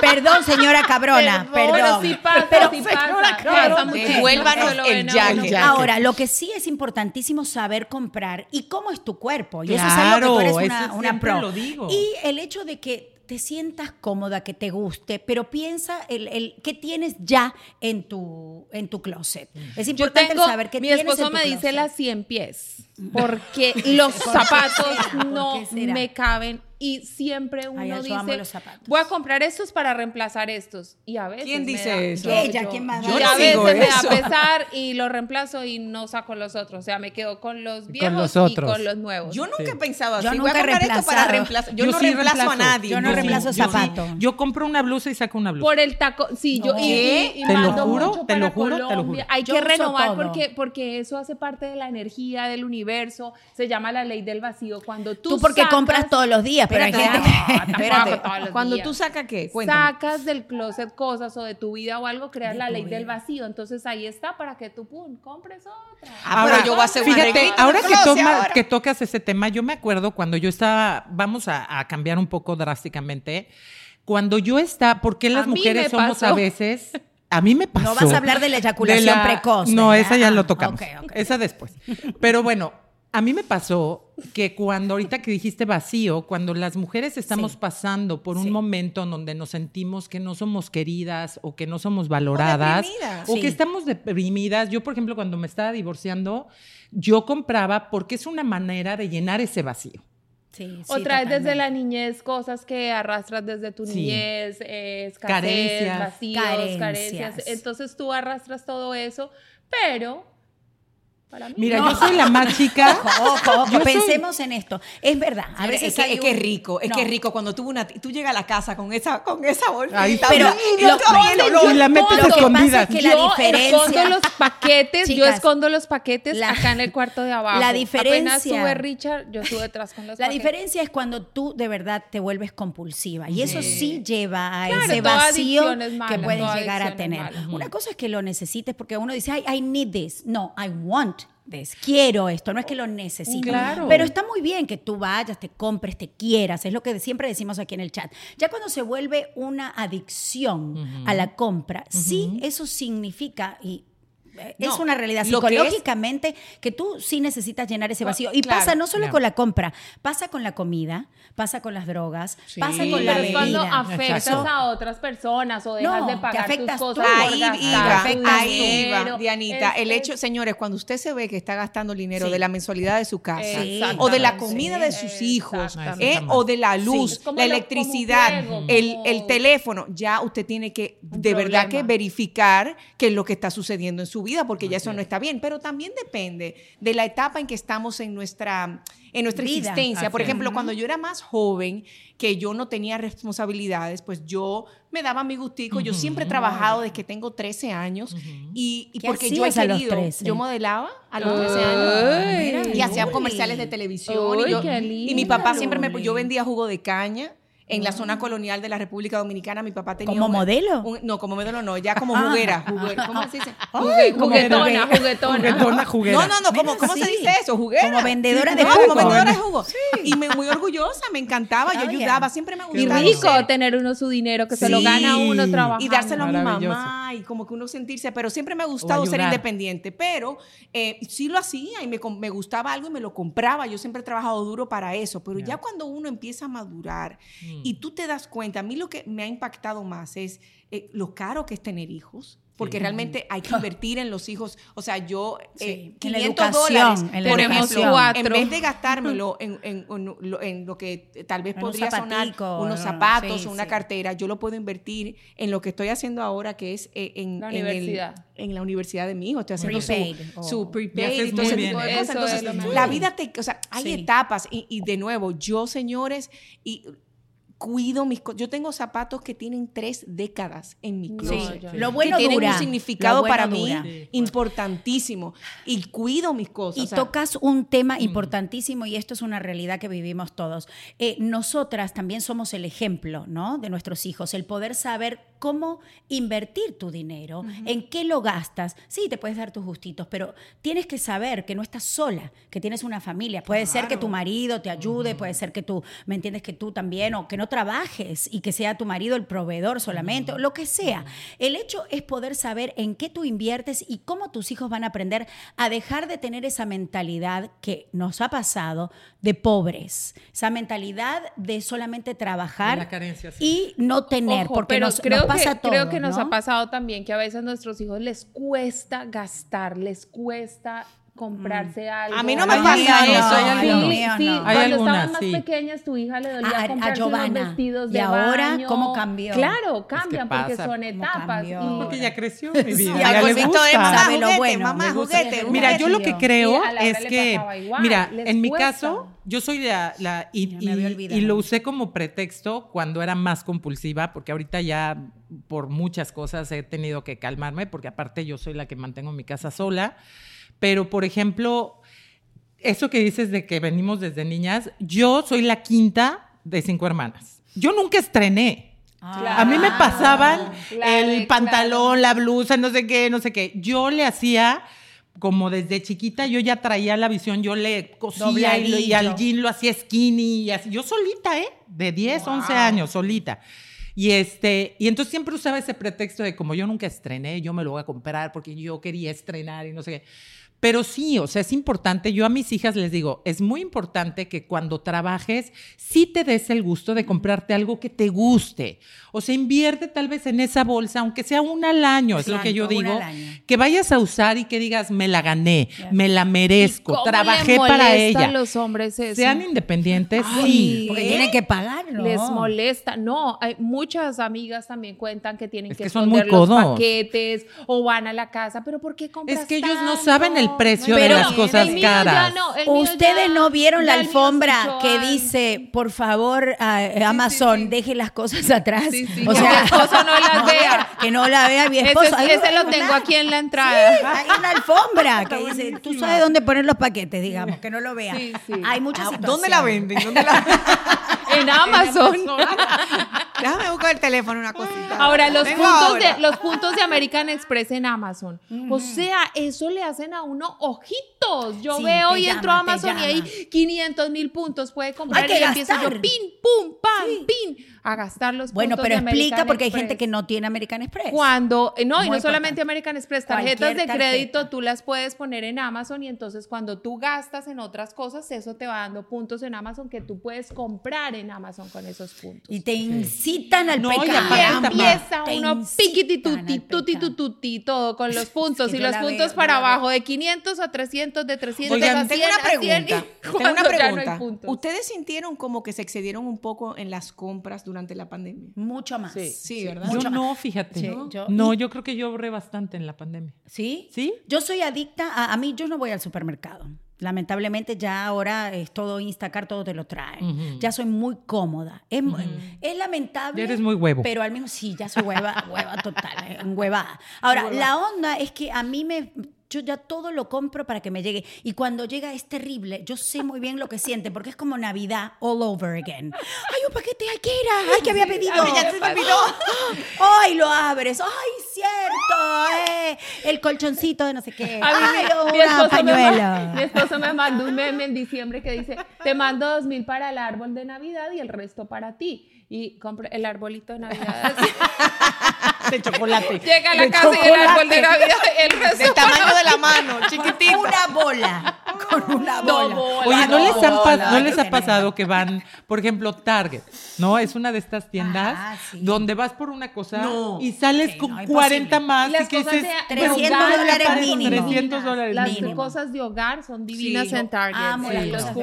Speaker 2: Perdón, señora cabrona. Perdón.
Speaker 4: Pero sí pasa,
Speaker 2: Pero,
Speaker 4: sí
Speaker 3: señora,
Speaker 4: pasa.
Speaker 3: claro,
Speaker 4: pasa mucho.
Speaker 1: devuélvanos
Speaker 4: Pero
Speaker 1: el
Speaker 4: bueno,
Speaker 1: jacket.
Speaker 4: bueno.
Speaker 2: Ahora, lo que sí es importantísimo saber comprar y cómo es tu cuerpo. Y eso es algo que tú
Speaker 3: Claro,
Speaker 2: eres una,
Speaker 3: eso
Speaker 2: una
Speaker 3: siempre
Speaker 2: pro.
Speaker 3: lo digo.
Speaker 2: Y el hecho de que te sientas cómoda, que te guste, pero piensa el, el qué tienes ya en tu en tu closet. Es
Speaker 4: Yo
Speaker 2: importante
Speaker 4: tengo,
Speaker 2: saber qué
Speaker 4: mi
Speaker 2: tienes
Speaker 4: esposo
Speaker 2: en tu
Speaker 4: me dice
Speaker 2: closet.
Speaker 4: las 100 pies, porque los zapatos
Speaker 2: será? ¿Por
Speaker 4: no
Speaker 2: qué será?
Speaker 4: me caben y siempre uno
Speaker 2: yo
Speaker 4: dice,
Speaker 2: amo los zapatos.
Speaker 4: voy a comprar estos para reemplazar estos. Y a veces
Speaker 1: ¿Quién
Speaker 4: me
Speaker 1: dice
Speaker 4: da-
Speaker 1: eso?
Speaker 2: Ella, ¿quién más
Speaker 1: Yo
Speaker 4: y
Speaker 1: no
Speaker 4: a veces
Speaker 1: digo
Speaker 4: me da
Speaker 1: eso.
Speaker 4: pesar y lo reemplazo y no saco los otros. O sea, me quedo con los
Speaker 3: con los
Speaker 4: viejos y
Speaker 3: otros.
Speaker 4: con los nuevos.
Speaker 1: Yo nunca he pensado así.
Speaker 2: Yo
Speaker 1: Voy a
Speaker 2: nunca he
Speaker 1: comprar esto para
Speaker 2: reemplazado.
Speaker 1: reemplazar. Yo, no
Speaker 3: sí
Speaker 1: reemplazo, a nadie.
Speaker 2: Yo no
Speaker 1: sí,
Speaker 2: reemplazo
Speaker 1: sí.
Speaker 2: zapato.
Speaker 3: Yo compro una blusa y saco una blusa.
Speaker 4: Por el taco, sí, yo y,
Speaker 1: ¿Qué?
Speaker 4: y- y
Speaker 3: Te lo
Speaker 4: mando
Speaker 3: juro,
Speaker 4: mucho
Speaker 3: te lo
Speaker 4: para
Speaker 3: juro, te lo juro.
Speaker 4: Colombia. Hay
Speaker 2: Yo
Speaker 4: que
Speaker 2: uso
Speaker 4: renovar
Speaker 2: todo.
Speaker 4: porque, porque eso hace parte de la energía del universo, se llama la ley del vacío. Cuando tú,
Speaker 2: Tú porque
Speaker 4: sacas-
Speaker 2: compras todos los días, pero hay
Speaker 1: Espérate,
Speaker 2: gente
Speaker 4: No,
Speaker 2: que-
Speaker 4: tampoco
Speaker 2: Espérate.
Speaker 4: todos los
Speaker 1: Cuando
Speaker 4: días.
Speaker 1: tú sacas qué, cuéntame.
Speaker 4: sacas del closet cosas o de tu vida o algo, creas
Speaker 2: De
Speaker 4: la
Speaker 2: tu
Speaker 4: ley del
Speaker 2: vida.
Speaker 4: vacío. Entonces ahí está para que tú pum, compres otra.
Speaker 1: Ah, pero yo voy a hacer una
Speaker 3: fíjate,
Speaker 1: reclama.
Speaker 3: ahora que,
Speaker 1: Closet,
Speaker 3: toma-
Speaker 1: ahora.
Speaker 3: que tocas ese tema, yo me acuerdo cuando yo estaba, vamos a, a cambiar un poco drásticamente, cuando yo estaba, ¿por qué las
Speaker 4: A mí me
Speaker 3: mujeres somos
Speaker 4: pasó.
Speaker 3: a veces? A mí me pasó.
Speaker 2: No vas a hablar de la eyaculación
Speaker 3: la-
Speaker 2: precoz.
Speaker 3: No,
Speaker 2: ¿verdad?
Speaker 3: esa ya
Speaker 2: Ah,
Speaker 3: lo tocamos.
Speaker 2: ok, ok.
Speaker 3: Esa después. Pero bueno, a mí me pasó que cuando ahorita que dijiste vacío, cuando las mujeres estamos
Speaker 2: Sí.
Speaker 3: pasando por
Speaker 2: Sí.
Speaker 3: un momento en donde nos sentimos que no somos queridas o que no somos valoradas
Speaker 1: deprimidas.
Speaker 3: o
Speaker 2: Sí.
Speaker 3: que estamos deprimidas, yo por ejemplo cuando me estaba divorciando, yo compraba porque es una manera de llenar ese vacío.
Speaker 2: Sí, sí,
Speaker 4: Otra vez desde
Speaker 2: totalmente.
Speaker 4: la niñez, cosas que arrastras desde tu
Speaker 3: Sí.
Speaker 4: niñez, eh, escasez,
Speaker 3: Carencias.
Speaker 4: vacíos, carencias.
Speaker 2: Carencias.
Speaker 4: Entonces tú arrastras todo eso, pero para mí
Speaker 3: Mira,
Speaker 4: no.
Speaker 3: yo soy la más chica.
Speaker 2: Ojo, ojo,
Speaker 3: Yo soy-
Speaker 2: pensemos en esto. Es verdad, a
Speaker 1: Mira,
Speaker 2: veces
Speaker 1: es, que,
Speaker 2: hay
Speaker 1: es que
Speaker 2: un-
Speaker 1: rico, es
Speaker 2: No.
Speaker 1: que rico cuando tú una tú llegas a la casa con esa con esa bolsita.
Speaker 3: Ay,
Speaker 2: Pero
Speaker 1: Ay,
Speaker 2: lo-
Speaker 1: Dios mío, el olor.
Speaker 3: y la metes
Speaker 4: Lo que pasa
Speaker 3: escondida.
Speaker 2: es que la
Speaker 4: yo
Speaker 2: diferencia-
Speaker 4: escondo los paquetes, yo
Speaker 2: Chicas,
Speaker 4: escondo los paquetes
Speaker 2: la-
Speaker 4: acá en el cuarto de abajo.
Speaker 2: la
Speaker 4: Apenas
Speaker 2: diferencia-
Speaker 4: sube Richard, yo subo detrás con los
Speaker 2: La
Speaker 4: paquetes.
Speaker 2: diferencia es cuando tú de verdad te vuelves compulsiva y eso sí lleva a
Speaker 4: Claro,
Speaker 2: ese
Speaker 4: toda
Speaker 2: vacío
Speaker 4: adicción es mala,
Speaker 2: que puedes
Speaker 4: toda
Speaker 2: llegar a
Speaker 4: adicción es
Speaker 2: tener.
Speaker 4: mala.
Speaker 2: Una cosa es que lo necesites porque uno dice, "Ay, I need this. No, I want this. Quiero esto, no es que lo necesito.
Speaker 3: Claro.
Speaker 2: Pero está muy bien que tú vayas, te compres, te quieras, es lo que siempre decimos aquí en el chat. Ya cuando se vuelve una adicción a la compra, sí, eso significa y eh, es
Speaker 1: No,
Speaker 2: una realidad
Speaker 1: lo que es-
Speaker 2: psicológicamente que tú sí necesitas llenar ese
Speaker 1: Bueno,
Speaker 2: vacío. Y
Speaker 1: claro,
Speaker 2: pasa no solo
Speaker 3: no.
Speaker 2: con la compra, pasa con la comida, pasa con las drogas,
Speaker 3: Sí,
Speaker 2: pasa
Speaker 4: Sí,
Speaker 2: con la
Speaker 4: pero es
Speaker 2: bebida.
Speaker 4: cuando afectas
Speaker 3: Exacto.
Speaker 4: a otras personas o dejas
Speaker 2: No,
Speaker 4: de
Speaker 2: te
Speaker 4: pagar
Speaker 2: afectas
Speaker 4: tus
Speaker 2: tú.
Speaker 4: cosas. por
Speaker 1: Ahí
Speaker 4: gastar
Speaker 1: iba,
Speaker 4: tu
Speaker 1: ahí
Speaker 4: dinero. Este
Speaker 1: iba, Dianita. el
Speaker 4: Es-
Speaker 1: hecho, señores, cuando usted se ve que está gastando el dinero
Speaker 2: Sí.
Speaker 1: de la mensualidad de su casa,
Speaker 2: Sí.
Speaker 1: o de la
Speaker 2: Exactamente.
Speaker 1: comida de sus hijos,
Speaker 3: Exactamente.
Speaker 1: ¿eh? o de la
Speaker 2: Sí. Es
Speaker 1: luz,
Speaker 4: como
Speaker 1: la
Speaker 4: lo-
Speaker 1: electricidad,
Speaker 4: como un
Speaker 1: el,
Speaker 4: juego,
Speaker 1: el
Speaker 4: como-
Speaker 1: teléfono, ya usted tiene que
Speaker 4: Un
Speaker 1: de verdad que
Speaker 4: problema.
Speaker 1: verificar qué es lo que está sucediendo en su vida, porque ya eso no está bien. Pero también depende de la etapa en que estamos en nuestra, en nuestra
Speaker 2: Vida.
Speaker 1: existencia. Por
Speaker 3: Así es.
Speaker 1: ejemplo, cuando yo era más joven, que yo no tenía responsabilidades, pues yo me daba mi gustico. Yo siempre he trabajado desde que tengo 13 años y, y
Speaker 2: ¿Qué
Speaker 1: porque yo he
Speaker 2: hacías a los
Speaker 1: querido,
Speaker 2: 13?
Speaker 1: yo modelaba a los 13 años
Speaker 4: Ay,
Speaker 1: y hacía
Speaker 2: Uy.
Speaker 1: comerciales de televisión.
Speaker 4: Uy,
Speaker 1: y, yo-
Speaker 4: qué
Speaker 1: y mi
Speaker 4: lindo, Ah.
Speaker 1: papá siempre me.
Speaker 4: Luli.
Speaker 1: Yo vendía jugo de caña. En la zona colonial de la República Dominicana, mi papá tenía.
Speaker 2: ¿Como
Speaker 1: una-
Speaker 2: modelo? Ah.
Speaker 1: un- no, como modelo no, ya como juguera. juguera ¿Cómo se dice?
Speaker 4: Jugue-
Speaker 3: como
Speaker 4: Juguetona, juguetona.
Speaker 3: Juguetona, juguera.
Speaker 1: No, no, no, ¿cómo,
Speaker 2: Mira,
Speaker 1: ¿cómo se
Speaker 2: sí.
Speaker 1: dice eso? Juguera.
Speaker 2: Como vendedora
Speaker 1: Sí,
Speaker 2: de
Speaker 1: no,
Speaker 2: jugo.
Speaker 1: Como vendedora de jugo. Y me, muy orgullosa, me encantaba, yo
Speaker 2: Oh, yeah.
Speaker 1: ayudaba, siempre me
Speaker 4: Y
Speaker 1: gustaba.
Speaker 4: rico
Speaker 1: hacer-
Speaker 4: tener uno su dinero, que se lo
Speaker 3: Sí.
Speaker 4: gana uno
Speaker 3: Y
Speaker 4: trabajando.
Speaker 1: y dárselo a mi
Speaker 3: Maravilloso.
Speaker 1: mamá y como que uno sentirse, pero siempre me ha gustado ser
Speaker 3: ayudar.
Speaker 1: independiente, pero eh, sí lo hacía y me, com- me gustaba algo y me lo compraba, yo siempre he trabajado duro para eso, pero ya cuando uno empieza a madurar
Speaker 3: Mm.
Speaker 1: Y
Speaker 2: Mm.
Speaker 1: tú te das cuenta, a mí lo que me ha impactado más es eh, lo caro que es tener hijos. Porque realmente hay que invertir en los hijos. O sea, yo, eh,
Speaker 2: Sí, en la
Speaker 1: 500
Speaker 2: educación,
Speaker 1: dólares,
Speaker 2: en la
Speaker 1: por ejemplo,
Speaker 2: educación.
Speaker 1: en vez de gastármelo en, en- en lo- en lo que tal vez
Speaker 2: En un
Speaker 1: podría sonar
Speaker 2: zapatico,
Speaker 1: unos
Speaker 2: no,
Speaker 1: zapatos,
Speaker 2: sí,
Speaker 1: una
Speaker 2: sí.
Speaker 1: cartera, yo lo puedo invertir en lo que estoy haciendo ahora, que es eh, en,
Speaker 4: La
Speaker 1: en el-
Speaker 4: universidad.
Speaker 1: en la universidad de mi hijo. Estoy haciendo
Speaker 2: Prepaid,
Speaker 1: su,
Speaker 2: o-
Speaker 1: su
Speaker 3: Me haces
Speaker 1: prepaid y todo ese
Speaker 3: muy
Speaker 1: tipo de
Speaker 3: bien.
Speaker 1: cosas.
Speaker 4: Eso es
Speaker 1: Entonces, la
Speaker 4: lo mejor.
Speaker 1: vida te. O sea, hay
Speaker 2: Sí.
Speaker 1: etapas. Y, y de nuevo, yo, señores, y cuido mis cosas. Yo tengo zapatos que tienen tres décadas en mi
Speaker 4: No,
Speaker 1: closet
Speaker 4: yo-
Speaker 2: Lo
Speaker 4: Que
Speaker 2: bueno
Speaker 1: que tienen
Speaker 2: dura.
Speaker 1: un significado
Speaker 2: Lo bueno
Speaker 1: para
Speaker 2: dura.
Speaker 1: mí importantísimo y cuido mis cosas.
Speaker 2: Y
Speaker 1: o sea, mm.
Speaker 2: tocas un tema importantísimo y esto es una realidad que vivimos todos. Eh, nosotras también somos el ejemplo, ¿no? De nuestros hijos, el poder saber cómo invertir tu dinero, en qué lo gastas. Sí, te puedes dar tus gustitos, pero tienes que saber que no estás sola, que tienes una familia. Puede ser que tu marido te ayude, puede ser que tú, ¿me entiendes? Que tú también, o que no trabajes y que sea tu marido el proveedor solamente, o lo que sea. El hecho es poder saber en qué tú inviertes y cómo tus hijos van a aprender a dejar de tener esa mentalidad que nos ha pasado de pobres, esa mentalidad de solamente trabajar
Speaker 3: De la carencia, sí.
Speaker 2: y no tener,
Speaker 4: Ojo,
Speaker 2: porque
Speaker 4: pero
Speaker 2: nos,
Speaker 4: creo
Speaker 2: nos pasa
Speaker 4: que,
Speaker 2: todo.
Speaker 4: Creo que nos
Speaker 2: ¿no?
Speaker 4: ha pasado también que a veces a nuestros hijos les cuesta gastar, les cuesta comprarse algo.
Speaker 1: Mm. A mí no
Speaker 4: Ay,
Speaker 1: me
Speaker 4: sí,
Speaker 1: pasa
Speaker 4: sí,
Speaker 1: eso,
Speaker 4: sí,
Speaker 1: hay algunos.
Speaker 4: sí,
Speaker 2: Mío,
Speaker 4: sí,
Speaker 2: no.
Speaker 3: Hay
Speaker 4: Cuando estaban
Speaker 3: algunas,
Speaker 4: más
Speaker 3: sí.
Speaker 4: pequeñas, tu hija le
Speaker 2: A-
Speaker 4: dolía
Speaker 2: Ah, a
Speaker 4: comprar
Speaker 2: Giovanna.
Speaker 4: vestidos
Speaker 2: Y
Speaker 4: de
Speaker 2: ahora,
Speaker 4: baño.
Speaker 2: ¿cómo cambió?
Speaker 4: Claro, cambian porque
Speaker 3: pasa,
Speaker 4: son
Speaker 3: ¿cómo
Speaker 4: etapas. y-
Speaker 2: cambió?
Speaker 3: Porque ya creció mi vida.
Speaker 1: y al
Speaker 3: ya le
Speaker 1: golpecito
Speaker 3: gusta.
Speaker 1: de mamá,
Speaker 2: Sabe lo
Speaker 1: juguete,
Speaker 2: bueno,
Speaker 1: mamá,
Speaker 2: me gusta
Speaker 1: juguete,
Speaker 2: que-
Speaker 1: juguete.
Speaker 3: Mira, yo lo que
Speaker 2: Tío.
Speaker 3: creo
Speaker 4: Sí, a la hora
Speaker 3: es
Speaker 4: le
Speaker 3: que,
Speaker 4: pasaba igual,
Speaker 3: mira,
Speaker 4: les
Speaker 3: en mi
Speaker 4: cuesta.
Speaker 3: caso, yo soy la, la- y,
Speaker 2: Ya me había
Speaker 3: y-
Speaker 2: olvidado.
Speaker 3: y lo usé como pretexto cuando era más compulsiva, porque ahorita ya por muchas cosas he tenido que calmarme, porque aparte yo soy la que mantengo mi casa sola, pero por ejemplo, eso que dices de que venimos desde niñas, yo soy la quinta de cinco hermanas. Yo nunca estrené.
Speaker 2: Ah.
Speaker 3: a mí me pasaban
Speaker 4: claro,
Speaker 3: el
Speaker 4: claro.
Speaker 3: pantalón, la blusa, no sé qué, no sé qué. Yo le hacía, como desde chiquita, yo ya traía la visión, yo le cosía y, lo- y al
Speaker 2: Dobladillo.
Speaker 3: jean lo hacía skinny. Y así. Yo solita, ¿eh? De 10, 11 años, solita. Y, este, y entonces siempre usaba ese pretexto de como yo nunca estrené, yo me lo voy a comprar porque yo quería estrenar y no sé qué. Pero sí, o sea, es importante, yo a mis hijas les digo, es muy importante que cuando trabajes, sí te des el gusto de comprarte algo que te guste. O sea, invierte tal vez en esa bolsa, aunque sea una al año, es lo que yo
Speaker 2: Exacto, una
Speaker 3: digo,
Speaker 2: al año.
Speaker 3: que vayas a usar y que digas, me la gané,
Speaker 2: Ya.
Speaker 3: me la merezco,
Speaker 4: ¿Cómo le
Speaker 3: trabajé
Speaker 4: molesta
Speaker 3: para
Speaker 4: a
Speaker 3: ella.
Speaker 4: los hombres eso?
Speaker 3: Sean independientes,
Speaker 2: Sí,
Speaker 3: sí.
Speaker 2: porque tienen que pagarlo.
Speaker 4: les molesta. No, hay muchas amigas también cuentan que tienen
Speaker 3: Es
Speaker 4: que,
Speaker 3: que son muy
Speaker 4: esconder los
Speaker 3: codos.
Speaker 4: paquetes o van a la casa, pero ¿por qué compras
Speaker 3: Es que ellos no
Speaker 4: tanto?
Speaker 3: saben el precio
Speaker 2: de
Speaker 4: Pero
Speaker 2: las cosas
Speaker 4: el mío ya
Speaker 3: caras.
Speaker 4: no, el mío
Speaker 2: Ustedes
Speaker 4: ya-
Speaker 2: no vieron la
Speaker 4: ya el mío se
Speaker 2: alfombra
Speaker 4: echó
Speaker 2: que
Speaker 4: al-
Speaker 2: dice, por favor, a- Amazon, deje las cosas atrás.
Speaker 4: Sí, sí,
Speaker 2: o
Speaker 4: que
Speaker 2: sea,
Speaker 4: mi esposo no las vea.
Speaker 2: Que no la vea mi
Speaker 4: Ese,
Speaker 2: esposo. Ahí
Speaker 4: ese
Speaker 2: no
Speaker 4: lo
Speaker 2: veo
Speaker 4: tengo
Speaker 2: nada.
Speaker 4: aquí en la entrada.
Speaker 2: Hay una alfombra que dice, tú sabes dónde poner los paquetes, digamos, que no lo vea.
Speaker 4: Sí, sí.
Speaker 2: Hay muchas
Speaker 1: Ah,
Speaker 2: situaciones.
Speaker 1: ¿Dónde la venden? ¿Dónde la-
Speaker 4: En Amazon.
Speaker 1: Déjame buscar el teléfono una cosita.
Speaker 4: Ahora, los
Speaker 1: Vengo
Speaker 4: puntos,
Speaker 1: ahora.
Speaker 4: De, los puntos de American Express en Amazon. O sea, eso le hacen a uno ojitos. Yo
Speaker 2: Sí,
Speaker 4: veo
Speaker 2: te
Speaker 4: y
Speaker 2: llama,
Speaker 4: entro a
Speaker 2: te
Speaker 4: Amazon y ahí
Speaker 2: llama.
Speaker 4: 500 mil puntos puede comprar.
Speaker 2: Hay que
Speaker 4: y empiezo yo,
Speaker 2: gastar.
Speaker 4: pin, pum, pam, pin, a gastar los
Speaker 2: Bueno,
Speaker 4: puntos
Speaker 2: pero
Speaker 4: de
Speaker 2: explica
Speaker 4: American
Speaker 2: porque hay
Speaker 4: Express.
Speaker 2: gente que no tiene American Express.
Speaker 4: Cuando, eh, no, y
Speaker 2: Muy
Speaker 4: no solamente
Speaker 2: importante.
Speaker 4: American Express, tarjetas de
Speaker 2: Cualquier
Speaker 4: crédito
Speaker 2: tarjeta.
Speaker 4: tú las puedes poner en Amazon y entonces cuando tú gastas en otras cosas, eso te va dando puntos en Amazon que tú puedes comprar en Amazon con esos puntos.
Speaker 2: Y te incitan al
Speaker 3: No, y
Speaker 2: pecado.
Speaker 3: aparte
Speaker 4: Y
Speaker 3: Caramba.
Speaker 4: empieza
Speaker 2: Te
Speaker 4: uno
Speaker 2: incitan
Speaker 4: piquiti
Speaker 2: al
Speaker 4: tuti,
Speaker 2: pecado.
Speaker 4: tuti, tuti, tuti, todo con los puntos
Speaker 2: que
Speaker 4: y
Speaker 2: yo
Speaker 4: los
Speaker 2: la
Speaker 4: puntos
Speaker 2: veo,
Speaker 4: para
Speaker 2: yo la veo.
Speaker 4: abajo, de 500 a 300, de 300 a
Speaker 3: Oigan,
Speaker 4: 100,
Speaker 1: tengo una
Speaker 4: a 100,
Speaker 1: pregunta.
Speaker 4: y
Speaker 1: Tengo una
Speaker 4: cuando ya no hay
Speaker 1: pregunta.
Speaker 4: puntos.
Speaker 1: ¿Ustedes sintieron como que se excedieron un poco en las compras durante la pandemia?
Speaker 2: Mucho más.
Speaker 1: Sí, ¿verdad?
Speaker 3: Yo
Speaker 2: Mucho
Speaker 3: no, fíjate.
Speaker 2: Sí, yo-
Speaker 3: yo, no, yo creo que yo ahorré bastante en la pandemia.
Speaker 2: ¿Sí?
Speaker 3: ¿Sí?
Speaker 2: Yo soy adicta a, a mí, yo no voy al supermercado. Lamentablemente ya ahora es todo Instacart, todo te lo traen. Ya soy muy cómoda. Es, mu- es lamentable.
Speaker 3: Ya eres muy huevo.
Speaker 2: Pero al menos sí, ya soy hueva, hueva total, eh, huevada. Ahora, la onda es que a mí me... Yo ya todo lo compro para que me llegue. Y cuando llega es terrible. Yo sé muy bien lo que siente, porque es como Navidad all over again. Ay, un paquete, ay, ¿qué era? Ay, que había pedido.
Speaker 4: Ay, ya se me olvidó.
Speaker 2: ¡Ay, lo abres! ¡Ay, cierto! eh! El colchoncito de no sé qué.
Speaker 4: A mí
Speaker 2: ¡Ay,
Speaker 4: mi, mi
Speaker 2: una
Speaker 4: esposo me ma- mi
Speaker 2: pañuela!
Speaker 4: esposo me mandó un meme en diciembre que dice, te mando dos mil para el árbol de Navidad y el resto para ti. Y compro el arbolito de Navidad. así.
Speaker 3: De chocolate.
Speaker 4: Llega a la
Speaker 3: De
Speaker 4: casa y el árbol de
Speaker 3: chocolate.
Speaker 4: Navidad, el resto
Speaker 1: Del tamaño de la mano, chiquitito.
Speaker 2: Una bola. con una
Speaker 4: No,
Speaker 2: bola.
Speaker 4: bola,
Speaker 3: Oye, ¿no les, han pas-
Speaker 2: Hola,
Speaker 3: ¿no les
Speaker 2: qué
Speaker 3: ha pasado que van, por ejemplo, Target, ¿no? Es una de estas tiendas
Speaker 2: Ah, sí.
Speaker 3: donde vas por una cosa
Speaker 1: No.
Speaker 3: y sales
Speaker 2: Sí,
Speaker 3: con
Speaker 2: no, imposible.
Speaker 3: 40 más
Speaker 4: Y
Speaker 3: y,
Speaker 4: las
Speaker 3: que
Speaker 4: cosas
Speaker 3: dices,
Speaker 4: de-
Speaker 3: pero
Speaker 2: 300
Speaker 3: gana,
Speaker 2: dólares
Speaker 3: pagas
Speaker 2: mínimo.
Speaker 3: 300 dólares
Speaker 4: Las
Speaker 3: mínimo.
Speaker 4: cosas de hogar son divinas
Speaker 1: Sí.
Speaker 4: en Target.
Speaker 2: Amo
Speaker 4: Sí.
Speaker 2: las
Speaker 4: Los
Speaker 2: cosas de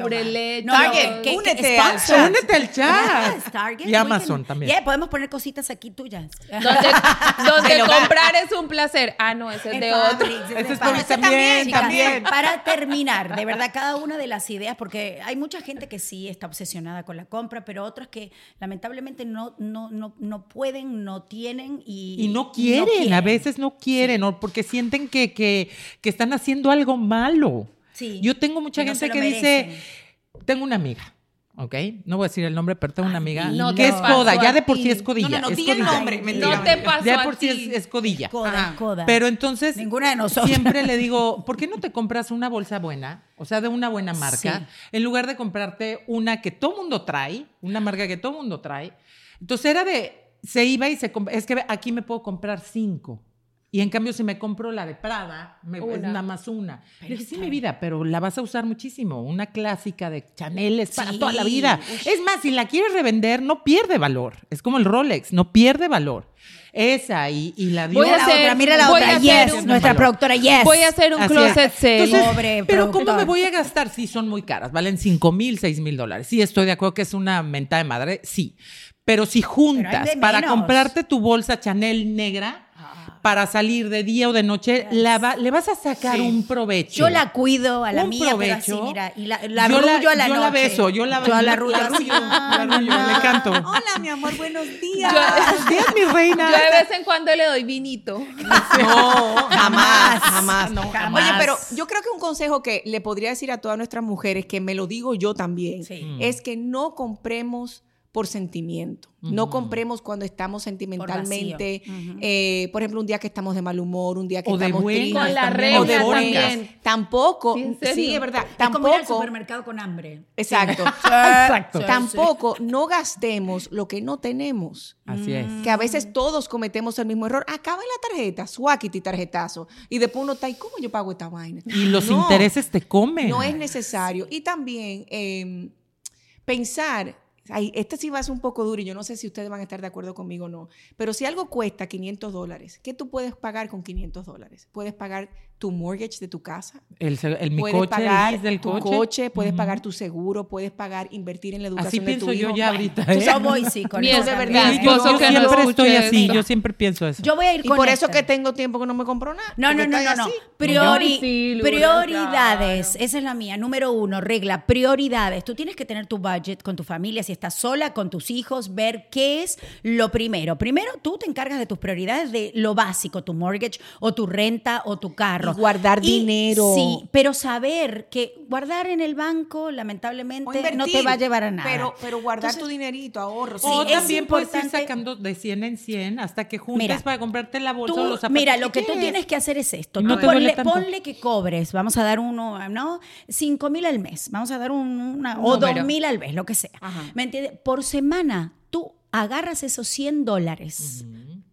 Speaker 2: hogar.
Speaker 4: cubreletes.
Speaker 2: No,
Speaker 1: Target,
Speaker 2: que- que-
Speaker 1: únete al
Speaker 2: sponsor.
Speaker 1: chat.
Speaker 3: Únete al chat.
Speaker 2: Yes, Target,
Speaker 3: y
Speaker 2: muy
Speaker 3: Amazon
Speaker 2: bien.
Speaker 3: también.
Speaker 2: Yeah, podemos poner cositas aquí tuyas.
Speaker 4: Donde, donde
Speaker 1: Del hogar.
Speaker 4: comprar es un placer. Ah, no, ese este es de otro.
Speaker 3: Ese Este es
Speaker 2: para-
Speaker 3: por- también,
Speaker 2: Chicas,
Speaker 3: también.
Speaker 2: Para terminar, de verdad, cada una de las ideas, porque hay mucha gente que sí está obsesionada con la compra, pero otras que lamentablemente no, no, no, no pueden, no tienen y,
Speaker 3: Y no quieren, a veces no quieren, o porque sienten que, que, que están haciendo algo malo.
Speaker 2: Sí.
Speaker 3: Yo tengo mucha
Speaker 2: Que no se
Speaker 3: gente
Speaker 2: lo
Speaker 3: que
Speaker 2: merecen.
Speaker 3: dice, tengo una amiga, ¿ok? No voy a decir el nombre, pero tengo una amiga
Speaker 4: no
Speaker 3: que
Speaker 4: te
Speaker 3: es
Speaker 4: pasó
Speaker 3: coda,
Speaker 4: a
Speaker 3: ya de por
Speaker 4: ti.
Speaker 3: sí es codilla.
Speaker 1: No, no, no,
Speaker 3: es
Speaker 1: di el
Speaker 3: codilla.
Speaker 1: nombre. Mentira.
Speaker 4: No te
Speaker 1: mentira.
Speaker 4: pasó
Speaker 3: Ya
Speaker 4: a
Speaker 3: por sí es,
Speaker 4: ti.
Speaker 3: es codilla.
Speaker 2: Coda,
Speaker 3: Ajá.
Speaker 2: coda.
Speaker 3: Ah. Pero entonces.
Speaker 2: Ninguna de nosotras.
Speaker 3: Siempre le digo, ¿por qué no te compras una bolsa buena? O sea, de una buena marca.
Speaker 2: Sí.
Speaker 3: En lugar de comprarte una que todo mundo trae, una marca que todo mundo trae. Entonces era de. Se iba y se. comp- Es que aquí me puedo comprar cinco. Y en cambio, si me compro la de Prada, me, es
Speaker 4: Una.
Speaker 3: nada más una. Le dije, sí, mi vida, pero la vas a usar muchísimo. Una clásica de Chanel es para
Speaker 2: Sí.
Speaker 3: toda la vida. Es más, si la quieres revender, no pierde valor. Es como el Rolex, no pierde valor. Esa y, y la de
Speaker 4: Voy a
Speaker 2: Mira la
Speaker 4: hacer-
Speaker 2: otra, mira la
Speaker 4: voy a
Speaker 2: otra.
Speaker 4: hacer
Speaker 2: Yes,
Speaker 4: un-
Speaker 2: nuestra productora, yes.
Speaker 4: Voy a hacer un
Speaker 3: Así es.
Speaker 4: closet sale.
Speaker 3: Entonces,
Speaker 2: Pobre
Speaker 3: pero
Speaker 2: productor.
Speaker 3: ¿cómo me voy a gastar si son muy caras? Valen 5 mil, 6 mil dólares. Sí, estoy de acuerdo que es una mentada de madre, sí. Pero si juntas
Speaker 2: Pero hay de
Speaker 3: para
Speaker 2: menos. Ah.
Speaker 3: comprarte tu bolsa Chanel negra para salir de día o de noche, la va- le vas a sacar un provecho.
Speaker 2: Yo la cuido a la
Speaker 3: Un
Speaker 2: mía, pero así,
Speaker 3: provecho.
Speaker 2: mira, y la, la
Speaker 3: Yo la-
Speaker 2: arrullo a la
Speaker 3: yo
Speaker 2: noche.
Speaker 3: la beso, yo la-
Speaker 2: a
Speaker 3: la-
Speaker 2: arrullo Ah,
Speaker 3: la
Speaker 2: así.
Speaker 3: arrullo, la arrullo, le canto.
Speaker 1: Hola, mi amor, buenos días.
Speaker 3: Buenos días, mi
Speaker 4: Yo
Speaker 3: reina.
Speaker 4: de vez en cuando le doy vinito.
Speaker 1: No, jamás,
Speaker 3: Ah,
Speaker 1: jamás.
Speaker 2: No, jamás.
Speaker 1: Oye, pero yo creo que un consejo que le podría decir a todas nuestras mujeres, que me lo digo yo también,
Speaker 2: Sí.
Speaker 1: es que no compremos por sentimiento. No compremos cuando estamos sentimentalmente, eh, por ejemplo, un día que estamos de mal humor, un día que
Speaker 3: O de
Speaker 1: estamos
Speaker 3: buenas
Speaker 1: tristes,
Speaker 4: Con la
Speaker 1: o de
Speaker 4: regla
Speaker 1: buenas.
Speaker 4: también.
Speaker 1: Tampoco,
Speaker 4: Sí, en
Speaker 1: sí,
Speaker 4: serio.
Speaker 1: es verdad,
Speaker 2: Es como ir al
Speaker 1: tampoco.
Speaker 2: supermercado con hambre.
Speaker 1: Exacto.
Speaker 3: Exacto.
Speaker 1: Tampoco no gastemos lo que no tenemos.
Speaker 3: Así es.
Speaker 1: Que a
Speaker 3: Mm.
Speaker 1: veces todos cometemos el mismo error. Acaba en la tarjeta, suáquiti tarjetazo. Y después uno está, ¿y cómo yo pago esta vaina?
Speaker 3: Y los
Speaker 1: No,
Speaker 3: intereses te comen.
Speaker 1: No es necesario. Y también eh, pensar, ay, esta sí va a ser un poco duro y yo no sé si ustedes van a estar de acuerdo conmigo o no, pero si algo cuesta 500 dólares, ¿qué tú puedes pagar con 500 dólares? ¿Puedes pagar tu mortgage de tu casa?
Speaker 3: el, el- mi
Speaker 1: puedes
Speaker 3: coche, el
Speaker 1: pagar
Speaker 3: lease del
Speaker 1: tu
Speaker 3: coche.
Speaker 1: coche, puedes pagar tu seguro, puedes pagar invertir en la educación
Speaker 3: Así
Speaker 1: de
Speaker 3: pienso
Speaker 1: tu hijo.
Speaker 3: yo ya ahorita.
Speaker 2: Tú
Speaker 3: ¿eh?
Speaker 2: sabes, voy, sí, con
Speaker 4: Mierda,
Speaker 2: eso
Speaker 1: de
Speaker 2: también,
Speaker 1: verdad.
Speaker 2: ¿eh?
Speaker 3: Sí, yo,
Speaker 4: esposo
Speaker 3: yo
Speaker 4: que no
Speaker 3: siempre
Speaker 4: escuche
Speaker 3: estoy así,
Speaker 4: esto.
Speaker 3: yo siempre piento eso.
Speaker 2: Yo voy a ir
Speaker 1: Y
Speaker 2: con este.
Speaker 1: por eso
Speaker 2: esta.
Speaker 1: que tengo tiempo que no me compró nada.
Speaker 2: No, no,
Speaker 1: porque
Speaker 2: no, no,
Speaker 1: estoy
Speaker 2: no.
Speaker 1: así.
Speaker 2: Priori-
Speaker 4: Ay, sí, Lourdes,
Speaker 2: prioridades. Esa es la mía. Número uno, regla, prioridades. Tú tienes que tener tu budget con tu familia, si estás sola, con tus hijos, ver qué es lo primero. Primero, tú te encargas de tus prioridades, de lo básico, tu mortgage o tu renta o tu carro.
Speaker 1: Y guardar dinero.
Speaker 2: Sí, pero saber que guardar en el banco, lamentablemente,
Speaker 1: O
Speaker 2: no te
Speaker 1: invertir,
Speaker 2: va a llevar a nada.
Speaker 1: Pero, pero guardar
Speaker 2: Entonces- Oh,
Speaker 1: tu dinerito, ahorro.
Speaker 3: o
Speaker 2: sí, es
Speaker 3: también puedes ir
Speaker 2: importante-
Speaker 3: sacando de 100 en 100 hasta que juntes
Speaker 2: Mira,
Speaker 3: para comprarte la bolsa
Speaker 2: Tú-
Speaker 3: o los zapatos.
Speaker 2: mira, lo que tú
Speaker 3: quieres.
Speaker 2: tienes que hacer es esto.
Speaker 3: No
Speaker 2: Tú
Speaker 3: te duele
Speaker 2: ponle,
Speaker 3: tanto.
Speaker 2: ponle que cobres, vamos a dar uno, ¿no? Cinco mil al mes, vamos a dar un- una, o
Speaker 3: Número.
Speaker 2: dos mil al mes, lo que sea. ¿Me entiendes? Por semana, tú agarras esos 100 dólares.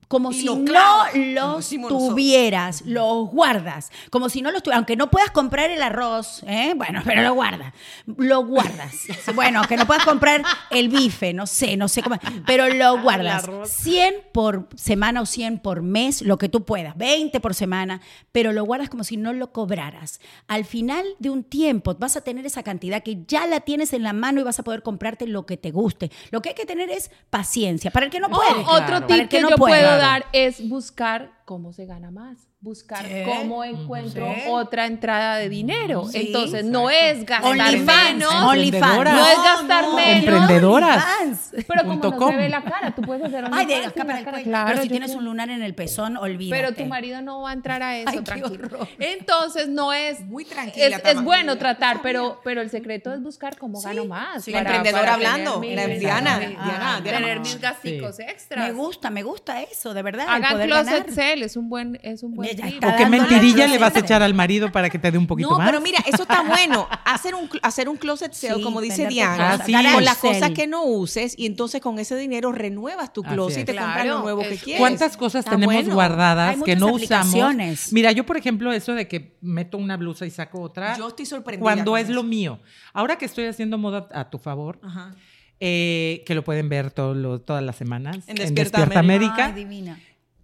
Speaker 2: Como
Speaker 1: Y
Speaker 2: si
Speaker 1: los
Speaker 2: no
Speaker 1: clavas, como
Speaker 2: los
Speaker 1: decimos nosotros.
Speaker 2: tuvieras, los guardas. Como si no los tuvieras, aunque no puedas comprar el arroz, ¿eh? bueno, pero lo guardas. Lo guardas. Sí, Bueno, que no puedas comprar el bife, no sé, no sé cómo. Pero lo guardas. 100 por semana o 100 por mes, lo que tú puedas, 20 por semana, pero lo guardas como si no lo cobraras. Al final de un tiempo vas a tener esa cantidad que ya la tienes en la mano y vas a poder comprarte lo que te guste. Lo que hay que tener es paciencia. Para el que no
Speaker 4: O
Speaker 2: puede.
Speaker 3: claro.
Speaker 4: otro
Speaker 2: Para
Speaker 4: tip
Speaker 2: el que
Speaker 4: que,
Speaker 2: no
Speaker 4: yo
Speaker 2: puede.
Speaker 4: puedo
Speaker 3: Claro.
Speaker 4: dar es buscar cómo se gana más, buscar
Speaker 2: Sí.
Speaker 4: cómo encuentro
Speaker 2: Sí.
Speaker 4: otra entrada de dinero.
Speaker 2: Sí,
Speaker 4: Entonces, no es gastar
Speaker 2: OnlyFans.
Speaker 4: menos,
Speaker 2: OnlyFans.
Speaker 3: Emprendedora.
Speaker 4: no es gastar
Speaker 2: No,
Speaker 4: menos,
Speaker 3: Emprendedoras.
Speaker 2: OnlyFans.
Speaker 4: pero como
Speaker 3: Punto
Speaker 4: no
Speaker 3: com.
Speaker 4: se ve la cara, tú puedes hacer
Speaker 2: Ay, de
Speaker 4: OnlyFans
Speaker 2: acá
Speaker 4: sin
Speaker 2: para
Speaker 4: la
Speaker 2: el
Speaker 4: cara.
Speaker 2: cuello.
Speaker 4: Claro,
Speaker 2: pero si
Speaker 4: yo
Speaker 2: tienes
Speaker 4: puedo.
Speaker 2: un lunar en el pezón, olvídate.
Speaker 4: Pero tu marido no va a entrar a eso,
Speaker 2: Ay, qué
Speaker 4: tranquilo.
Speaker 2: horror.
Speaker 4: Entonces, no es.
Speaker 1: Muy tranquila,
Speaker 4: Es, es
Speaker 1: Tamara.
Speaker 4: bueno tratar, pero, pero el secreto es buscar cómo gano más.
Speaker 1: la emprendedora hablando,
Speaker 4: tener
Speaker 1: la
Speaker 4: mis-
Speaker 1: Diana,
Speaker 4: mis-
Speaker 1: Diana, Diana.
Speaker 4: Tener mis gasticos
Speaker 3: Sí.
Speaker 4: extras.
Speaker 2: Me gusta, me gusta eso, de verdad. el
Speaker 4: Hagan
Speaker 2: poder
Speaker 4: closet
Speaker 2: ganar.
Speaker 4: él, es un buen, es un buen
Speaker 2: Mira, ya
Speaker 4: tip.
Speaker 2: está
Speaker 3: ¿O qué
Speaker 2: dándole
Speaker 3: mentirilla
Speaker 2: el
Speaker 3: le vas a
Speaker 2: closet.
Speaker 3: echar al marido para que te dé un poquito
Speaker 1: No,
Speaker 3: más?
Speaker 1: pero mira, eso está bueno. Hacer un, cl- hacer un closet sale,
Speaker 2: Sí,
Speaker 1: como dice
Speaker 2: vender tu
Speaker 1: Diana,
Speaker 3: casa. Ah, sí.
Speaker 1: con las
Speaker 2: Garage
Speaker 1: cosas
Speaker 2: sale.
Speaker 1: que no uses y entonces con ese dinero renuevas tu
Speaker 3: Así
Speaker 1: closet y
Speaker 3: es.
Speaker 1: te compras
Speaker 4: Claro,
Speaker 1: lo nuevo que
Speaker 4: eso.
Speaker 1: quieres.
Speaker 3: ¿Cuántas cosas
Speaker 1: Está
Speaker 3: tenemos
Speaker 1: bueno.
Speaker 3: guardadas
Speaker 2: Hay
Speaker 3: que
Speaker 2: muchas
Speaker 3: no usamos?
Speaker 2: aplicaciones.
Speaker 3: Mira, yo por ejemplo, eso de que meto una blusa y saco otra.
Speaker 1: Yo estoy sorprendida
Speaker 3: Cuando
Speaker 1: con
Speaker 3: es
Speaker 1: eso.
Speaker 3: lo mío. Ahora que estoy haciendo moda a tu favor,
Speaker 1: Ajá.
Speaker 3: eh, que lo pueden ver todo lo- todas las semanas
Speaker 1: En
Speaker 3: en
Speaker 1: Despierta
Speaker 3: Despierta,
Speaker 1: América.
Speaker 3: América.
Speaker 2: Ay, divina.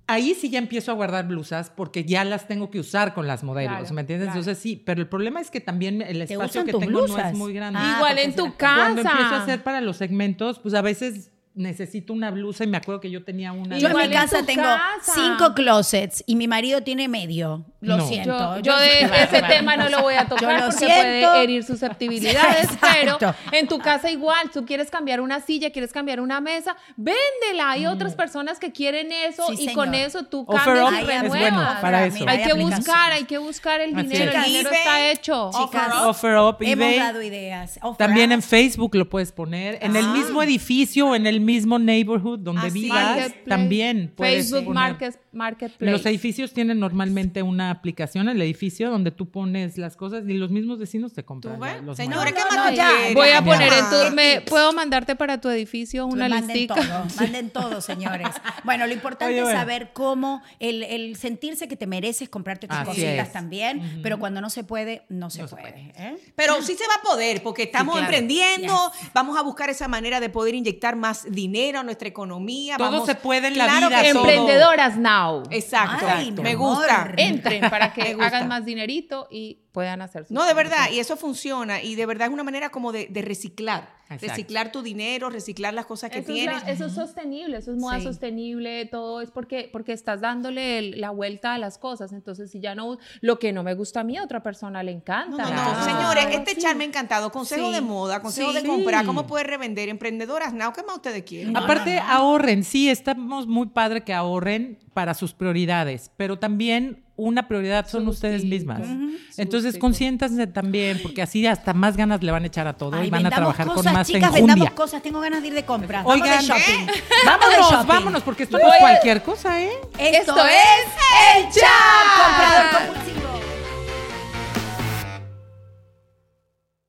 Speaker 3: Ahí sí ya empiezo a guardar blusas porque ya las tengo que usar con las modelos,
Speaker 4: Claro,
Speaker 3: ¿me entiendes?
Speaker 4: claro.
Speaker 3: Entonces sí, pero el problema es que también el espacio
Speaker 2: usan
Speaker 3: que
Speaker 2: tus
Speaker 3: tengo no
Speaker 2: blusas?
Speaker 3: es muy grande.
Speaker 2: Ah,
Speaker 4: Igual
Speaker 2: porque
Speaker 4: en
Speaker 2: se
Speaker 4: tu
Speaker 2: la-
Speaker 4: casa.
Speaker 3: Cuando empiezo a hacer para los segmentos, pues a veces necesito una blusa y me acuerdo que yo tenía una.
Speaker 2: Yo en
Speaker 4: Igual
Speaker 2: mi
Speaker 4: en
Speaker 2: casa
Speaker 4: tu
Speaker 2: tengo
Speaker 4: casa.
Speaker 2: cinco closets y mi marido tiene medio. Lo
Speaker 3: No.
Speaker 2: siento.
Speaker 4: Yo, yo de ese tema no lo voy a tocar
Speaker 2: lo
Speaker 4: porque
Speaker 2: siento.
Speaker 4: puede herir susceptibilidades, pero
Speaker 2: Exacto.
Speaker 4: en tu casa igual, tú quieres cambiar una silla, quieres cambiar una mesa, véndela. Hay otras personas que quieren eso
Speaker 2: Sí,
Speaker 4: y
Speaker 2: señor.
Speaker 4: con eso tú
Speaker 3: Offer
Speaker 4: cambias
Speaker 3: Up
Speaker 4: y
Speaker 3: es
Speaker 4: renuevas.
Speaker 3: bueno para eso.
Speaker 4: Hay que
Speaker 2: aplicaciones.
Speaker 4: buscar, hay que buscar el
Speaker 3: Así
Speaker 4: dinero, el
Speaker 3: es.
Speaker 4: dinero
Speaker 1: eBay,
Speaker 4: está hecho.
Speaker 2: Chicas,
Speaker 3: Offer up,
Speaker 2: hemos
Speaker 3: eBay.
Speaker 2: dado ideas. Offer
Speaker 3: También
Speaker 2: up.
Speaker 3: en Facebook lo puedes poner. En el mismo edificio o en el mismo neighborhood donde
Speaker 1: Así
Speaker 3: vivas,
Speaker 4: Marketplace,
Speaker 3: también puedes
Speaker 4: Facebook
Speaker 3: poner.
Speaker 4: Market, Marketplace.
Speaker 3: Los edificios tienen normalmente una aplicación, el edificio, donde tú pones las cosas y los mismos vecinos te compran.
Speaker 1: ¿Tú ves?
Speaker 3: la- los
Speaker 1: Señora,
Speaker 3: muebles.
Speaker 1: ¿qué
Speaker 2: No,
Speaker 1: más Ah,
Speaker 2: no,
Speaker 1: tú
Speaker 2: ya. Pues
Speaker 1: quieres?
Speaker 4: Voy a
Speaker 3: Ya.
Speaker 4: poner en
Speaker 1: Ay,
Speaker 4: tu, me- puedo mandarte para tu edificio una
Speaker 2: manden
Speaker 4: listica.
Speaker 2: todo, manden todo, señores. Bueno, lo importante
Speaker 3: Oye,
Speaker 2: es
Speaker 3: bueno.
Speaker 2: saber cómo el, el sentirse que te mereces comprarte tus
Speaker 3: Así
Speaker 2: cositas
Speaker 3: es.
Speaker 2: también, pero cuando no se puede, no se puede. ¿eh?
Speaker 1: Pero sí se va a poder, porque estamos
Speaker 3: claro.
Speaker 1: emprendiendo, vamos a buscar esa manera de poder inyectar más dinero a nuestra economía.
Speaker 3: Todo
Speaker 1: vamos-
Speaker 3: se puede en la
Speaker 1: Claro
Speaker 3: vida,
Speaker 1: que todo.
Speaker 4: Emprendedoras now.
Speaker 1: Exacto,
Speaker 2: Ay, mi
Speaker 1: me gusta.
Speaker 2: amor.
Speaker 4: Entren para
Speaker 1: Me
Speaker 4: que
Speaker 1: gusta.
Speaker 4: hagan más dinerito y puedan hacer sus
Speaker 1: No, de
Speaker 4: cosas.
Speaker 1: verdad, y eso funciona, y de verdad es una manera como de, de reciclar,
Speaker 3: Exacto.
Speaker 1: reciclar tu dinero, reciclar las cosas que
Speaker 4: Eso es, la-
Speaker 1: tienes.
Speaker 4: eso es sostenible, eso es moda
Speaker 1: Sí.
Speaker 4: sostenible, todo es porque, porque estás dándole el- la vuelta a las cosas. Entonces, si ya no, lo que no me gusta a mí, a otra persona le
Speaker 1: No, no,
Speaker 4: encanta.
Speaker 1: no,
Speaker 3: Claro.
Speaker 1: señores, este chat me ha encantado. Consejo
Speaker 2: Sí.
Speaker 1: de moda, consejo
Speaker 2: Sí.
Speaker 1: de comprar,
Speaker 3: Sí.
Speaker 1: cómo poder revender, emprendedoras, now, ¿qué más ustedes quieren?
Speaker 3: Aparte, ahorren, sí, estamos muy padre que ahorren para sus prioridades, pero también una prioridad son
Speaker 4: Sus
Speaker 3: ustedes
Speaker 4: hijos.
Speaker 3: mismas.
Speaker 4: Ujú.
Speaker 3: Entonces,
Speaker 4: Sus hijos.
Speaker 3: consiéntanse también, porque así hasta más ganas le van a echar a todo
Speaker 2: Ay,
Speaker 3: y van a
Speaker 2: vendamos
Speaker 3: trabajar
Speaker 2: cosas,
Speaker 3: con más
Speaker 2: chicas, vendamos
Speaker 3: enjundia.
Speaker 2: cosas. Tengo ganas de ir de compras.
Speaker 3: Oigan,
Speaker 2: vamos de shopping.
Speaker 3: Vámonos,
Speaker 2: shopping.
Speaker 3: vámonos, porque esto no es cualquier cosa, ¿eh?
Speaker 2: Esto,
Speaker 4: Esto
Speaker 2: es
Speaker 4: es
Speaker 2: el chat.